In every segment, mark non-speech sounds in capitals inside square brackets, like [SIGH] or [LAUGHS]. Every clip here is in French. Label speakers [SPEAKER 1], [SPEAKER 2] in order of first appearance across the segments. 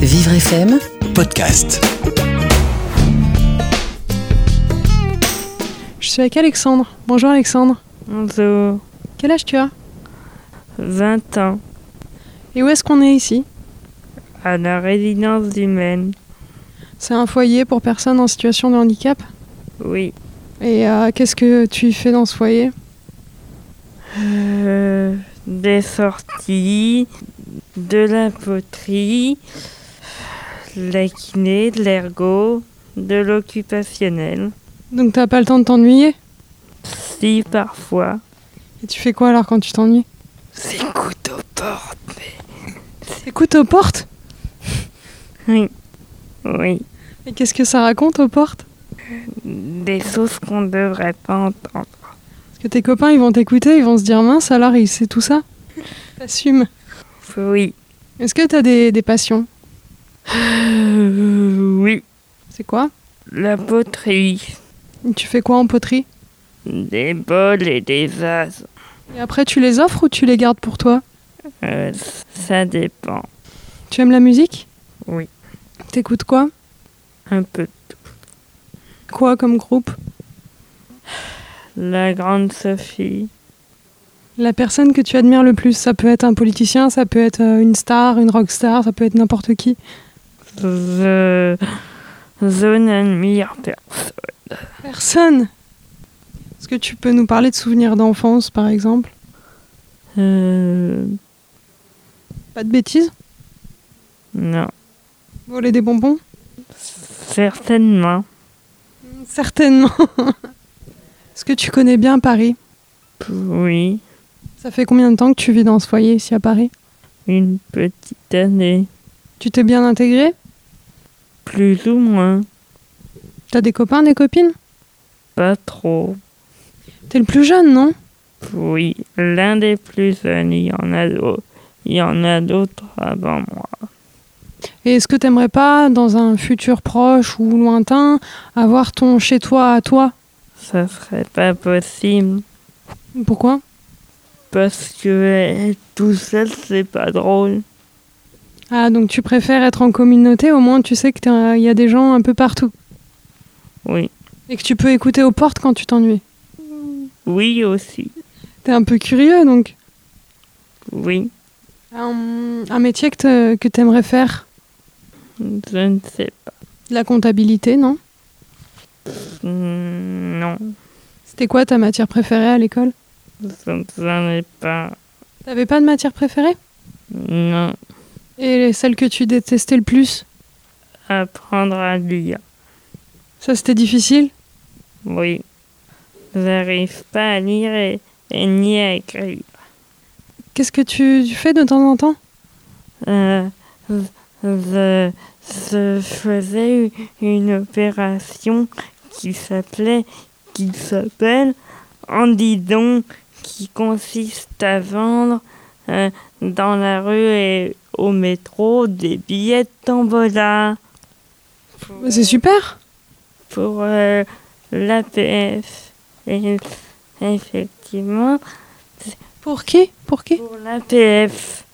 [SPEAKER 1] Vivre FM,
[SPEAKER 2] podcast.
[SPEAKER 3] Je suis avec Alexandre. Bonjour Alexandre.
[SPEAKER 4] Bonjour,
[SPEAKER 3] Quel âge tu as
[SPEAKER 4] 20 ans,
[SPEAKER 3] Et où est-ce qu'on est ici
[SPEAKER 4] à la résidence humaine.
[SPEAKER 3] C'est un foyer pour personnes en situation de handicap.
[SPEAKER 4] Oui.
[SPEAKER 3] Et euh, qu'est-ce que tu fais dans ce foyer
[SPEAKER 4] Euh, des sorties, de la poterie, la kiné, de l'ergo, de l'occupationnel.
[SPEAKER 3] Donc t'as pas le temps de t'ennuyer
[SPEAKER 4] Si parfois,
[SPEAKER 3] Et tu fais quoi alors quand tu t'ennuies
[SPEAKER 4] j'écoute aux portes.
[SPEAKER 3] Écoute aux portes
[SPEAKER 4] Oui. Oui.
[SPEAKER 3] Et qu'est-ce que ça raconte aux portes
[SPEAKER 4] Des choses qu'on devrait pas entendre.
[SPEAKER 3] Parce que tes copains ils vont t'écouter, ils vont se dire mince alors il sait tout ça. T'assumes.
[SPEAKER 4] Oui.
[SPEAKER 3] Est-ce que t'as des, des passions
[SPEAKER 4] Euh, oui.
[SPEAKER 3] C'est quoi
[SPEAKER 4] La poterie,
[SPEAKER 3] Et Tu fais quoi en poterie
[SPEAKER 4] des bols et des vases.
[SPEAKER 3] Et après tu les offres ou tu les gardes pour toi
[SPEAKER 4] Euh, ça dépend.
[SPEAKER 3] Tu aimes la musique
[SPEAKER 4] Oui.
[SPEAKER 3] T'écoutes quoi
[SPEAKER 4] Un peu.
[SPEAKER 3] Quoi comme groupe
[SPEAKER 4] La grande Sophie.
[SPEAKER 3] La personne que tu admires le plus, ça peut être un politicien, ça peut être euh, une star, une rock star, ça peut être n'importe qui.
[SPEAKER 4] Je, je n'admire personne.
[SPEAKER 3] Personne Est-ce que tu peux nous parler de souvenirs d'enfance, par exemple
[SPEAKER 4] Euh,
[SPEAKER 3] Pas de bêtises
[SPEAKER 4] non.
[SPEAKER 3] Voler des bonbons
[SPEAKER 4] Certainement.
[SPEAKER 3] Certainement [LAUGHS] Est-ce que tu connais bien Paris
[SPEAKER 4] Oui.
[SPEAKER 3] Ça fait combien de temps que tu vis dans ce foyer ici à Paris
[SPEAKER 4] Une petite année.
[SPEAKER 3] Tu t'es bien intégré
[SPEAKER 4] Plus ou moins.
[SPEAKER 3] T'as des copains, des copines
[SPEAKER 4] Pas trop.
[SPEAKER 3] T'es le plus jeune, non
[SPEAKER 4] Oui. L'un des plus jeunes, il y en a d'autres. Il y en a d'autres avant moi.
[SPEAKER 3] Et est-ce que t'aimerais pas, dans un futur proche ou lointain, avoir ton chez-toi à toi
[SPEAKER 4] Ça serait pas possible.
[SPEAKER 3] Pourquoi
[SPEAKER 4] Parce que euh, tout seul, c'est pas drôle.
[SPEAKER 3] Ah, donc tu préfères être en communauté, au moins tu sais qu'il y a des gens un peu partout.
[SPEAKER 4] Oui.
[SPEAKER 3] Et que tu peux écouter aux portes quand tu t'ennuies.
[SPEAKER 4] Oui aussi.
[SPEAKER 3] T'es un peu curieux, donc.
[SPEAKER 4] Oui.
[SPEAKER 3] Un, un métier que, te- que t'aimerais faire
[SPEAKER 4] Je ne sais pas.
[SPEAKER 3] De la comptabilité, non
[SPEAKER 4] Hmm, Non,
[SPEAKER 3] C'était quoi ta matière préférée à l'école
[SPEAKER 4] je n'en ai pas.
[SPEAKER 3] T'avais pas de matière préférée
[SPEAKER 4] Non,
[SPEAKER 3] Et celle que tu détestais le plus
[SPEAKER 4] apprendre à lire.
[SPEAKER 3] Ça, c'était difficile
[SPEAKER 4] Oui. J'arrive pas à lire et, et ni à écrire.
[SPEAKER 3] Qu'est-ce que tu tu fais de temps en temps
[SPEAKER 4] Euh, je, je- je faisais u- une opération qui s'appelait, qui s'appelle En Didon, qui consiste à vendre euh, dans la rue et au métro des billets de tombola.
[SPEAKER 3] Bah, C'est super
[SPEAKER 4] pour euh, l'APF. Et effectivement,
[SPEAKER 3] Pour qui Pour qui
[SPEAKER 4] pour l'APF,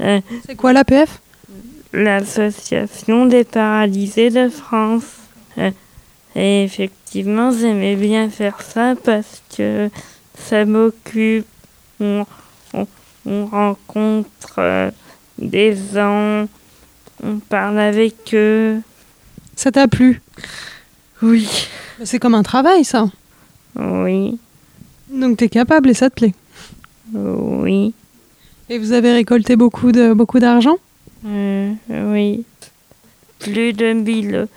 [SPEAKER 4] euh,
[SPEAKER 3] C'est quoi l'APF
[SPEAKER 4] l'Association des paralysés de France. Euh, et effectivement, j'aimais bien faire ça parce que ça m'occupe. On, on- on rencontre euh, des gens, on parle avec eux.
[SPEAKER 3] Ça t'a plu
[SPEAKER 4] Oui.
[SPEAKER 3] Bah, C'est comme un travail, ça.
[SPEAKER 4] Oui,
[SPEAKER 3] Donc t'es capable et ça te plaît.
[SPEAKER 4] oui,
[SPEAKER 3] Et vous avez récolté beaucoup de beaucoup d'argent
[SPEAKER 4] Euh, oui. Plus de 1000,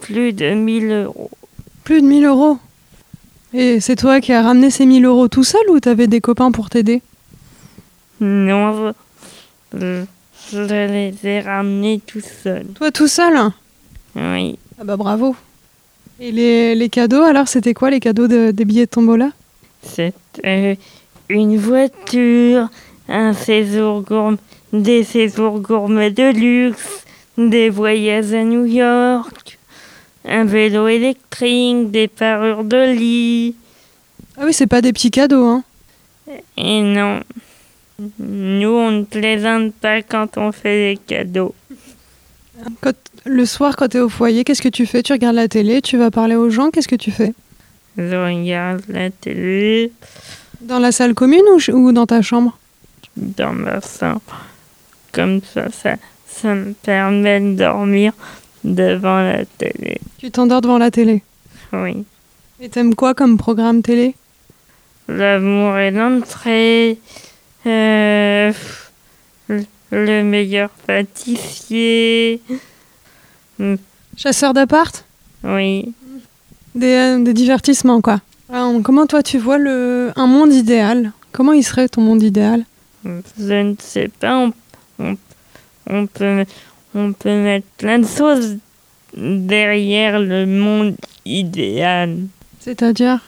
[SPEAKER 4] plus de 1000 euros.
[SPEAKER 3] Plus de 1000 euros. Et c'est toi qui as ramené ces 1000 euros tout seul ou t'avais des copains pour t'aider
[SPEAKER 4] Non, je, je les ai ramenés tout seul.
[SPEAKER 3] Toi tout seul Ah
[SPEAKER 4] Oui.
[SPEAKER 3] bah bravo. Et les, les cadeaux alors c'était quoi les cadeaux de- des billets de tombola
[SPEAKER 4] C'était euh, une voiture, un séjour gourmet, des séjours gourmets de luxe, des voyages à New York, un vélo électrique, des parures de lit.
[SPEAKER 3] Ah oui c'est pas des petits cadeaux hein.
[SPEAKER 4] Et non, nous on ne plaisante pas quand on fait des cadeaux.
[SPEAKER 3] Quand- le soir, quand tu es au foyer, qu'est-ce que tu fais Tu regardes la télé, tu vas parler aux gens, qu'est-ce que tu fais
[SPEAKER 4] Je regarde la télé
[SPEAKER 3] Dans la salle commune ou, ch- ou dans ta chambre
[SPEAKER 4] dans ma chambre. Comme ça, ça, ça me permet de dormir devant la télé.
[SPEAKER 3] Tu t'endors devant la télé.
[SPEAKER 4] Oui.
[SPEAKER 3] Et t'aimes quoi comme programme télé
[SPEAKER 4] L'amour est l'entrée. Euh, pff, le- le meilleur pâtissier.
[SPEAKER 3] Chasseur d'appart
[SPEAKER 4] Oui.
[SPEAKER 3] des, euh, des divertissements, quoi. Alors, comment toi, tu vois le, un monde idéal Comment il serait ton monde idéal
[SPEAKER 4] Je ne sais pas. On, on, on peut, on peut mettre plein de choses derrière le monde idéal.
[SPEAKER 3] C'est-à-dire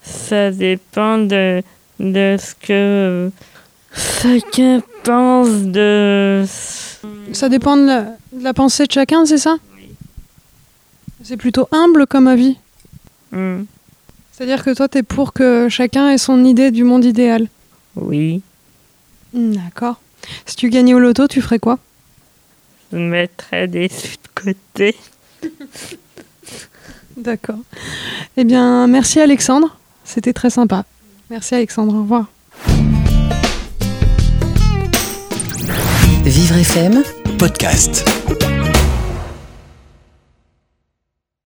[SPEAKER 4] Ça dépend de, de ce que chacun pense de...
[SPEAKER 3] Ça dépend de la, de la pensée de chacun, c'est ça C'est plutôt humble comme avis.
[SPEAKER 4] Hmm.
[SPEAKER 3] C'est-à-dire que toi, t'es pour que chacun ait son idée du monde idéal.
[SPEAKER 4] Oui.
[SPEAKER 3] Hmm, D'accord. Si tu gagnais au loto, tu ferais quoi
[SPEAKER 4] Je mettrais des sous de côté.
[SPEAKER 3] D'accord. Eh bien, merci Alexandre. C'était très sympa. Merci Alexandre. Au revoir.
[SPEAKER 1] Vivre FM.
[SPEAKER 2] podcast.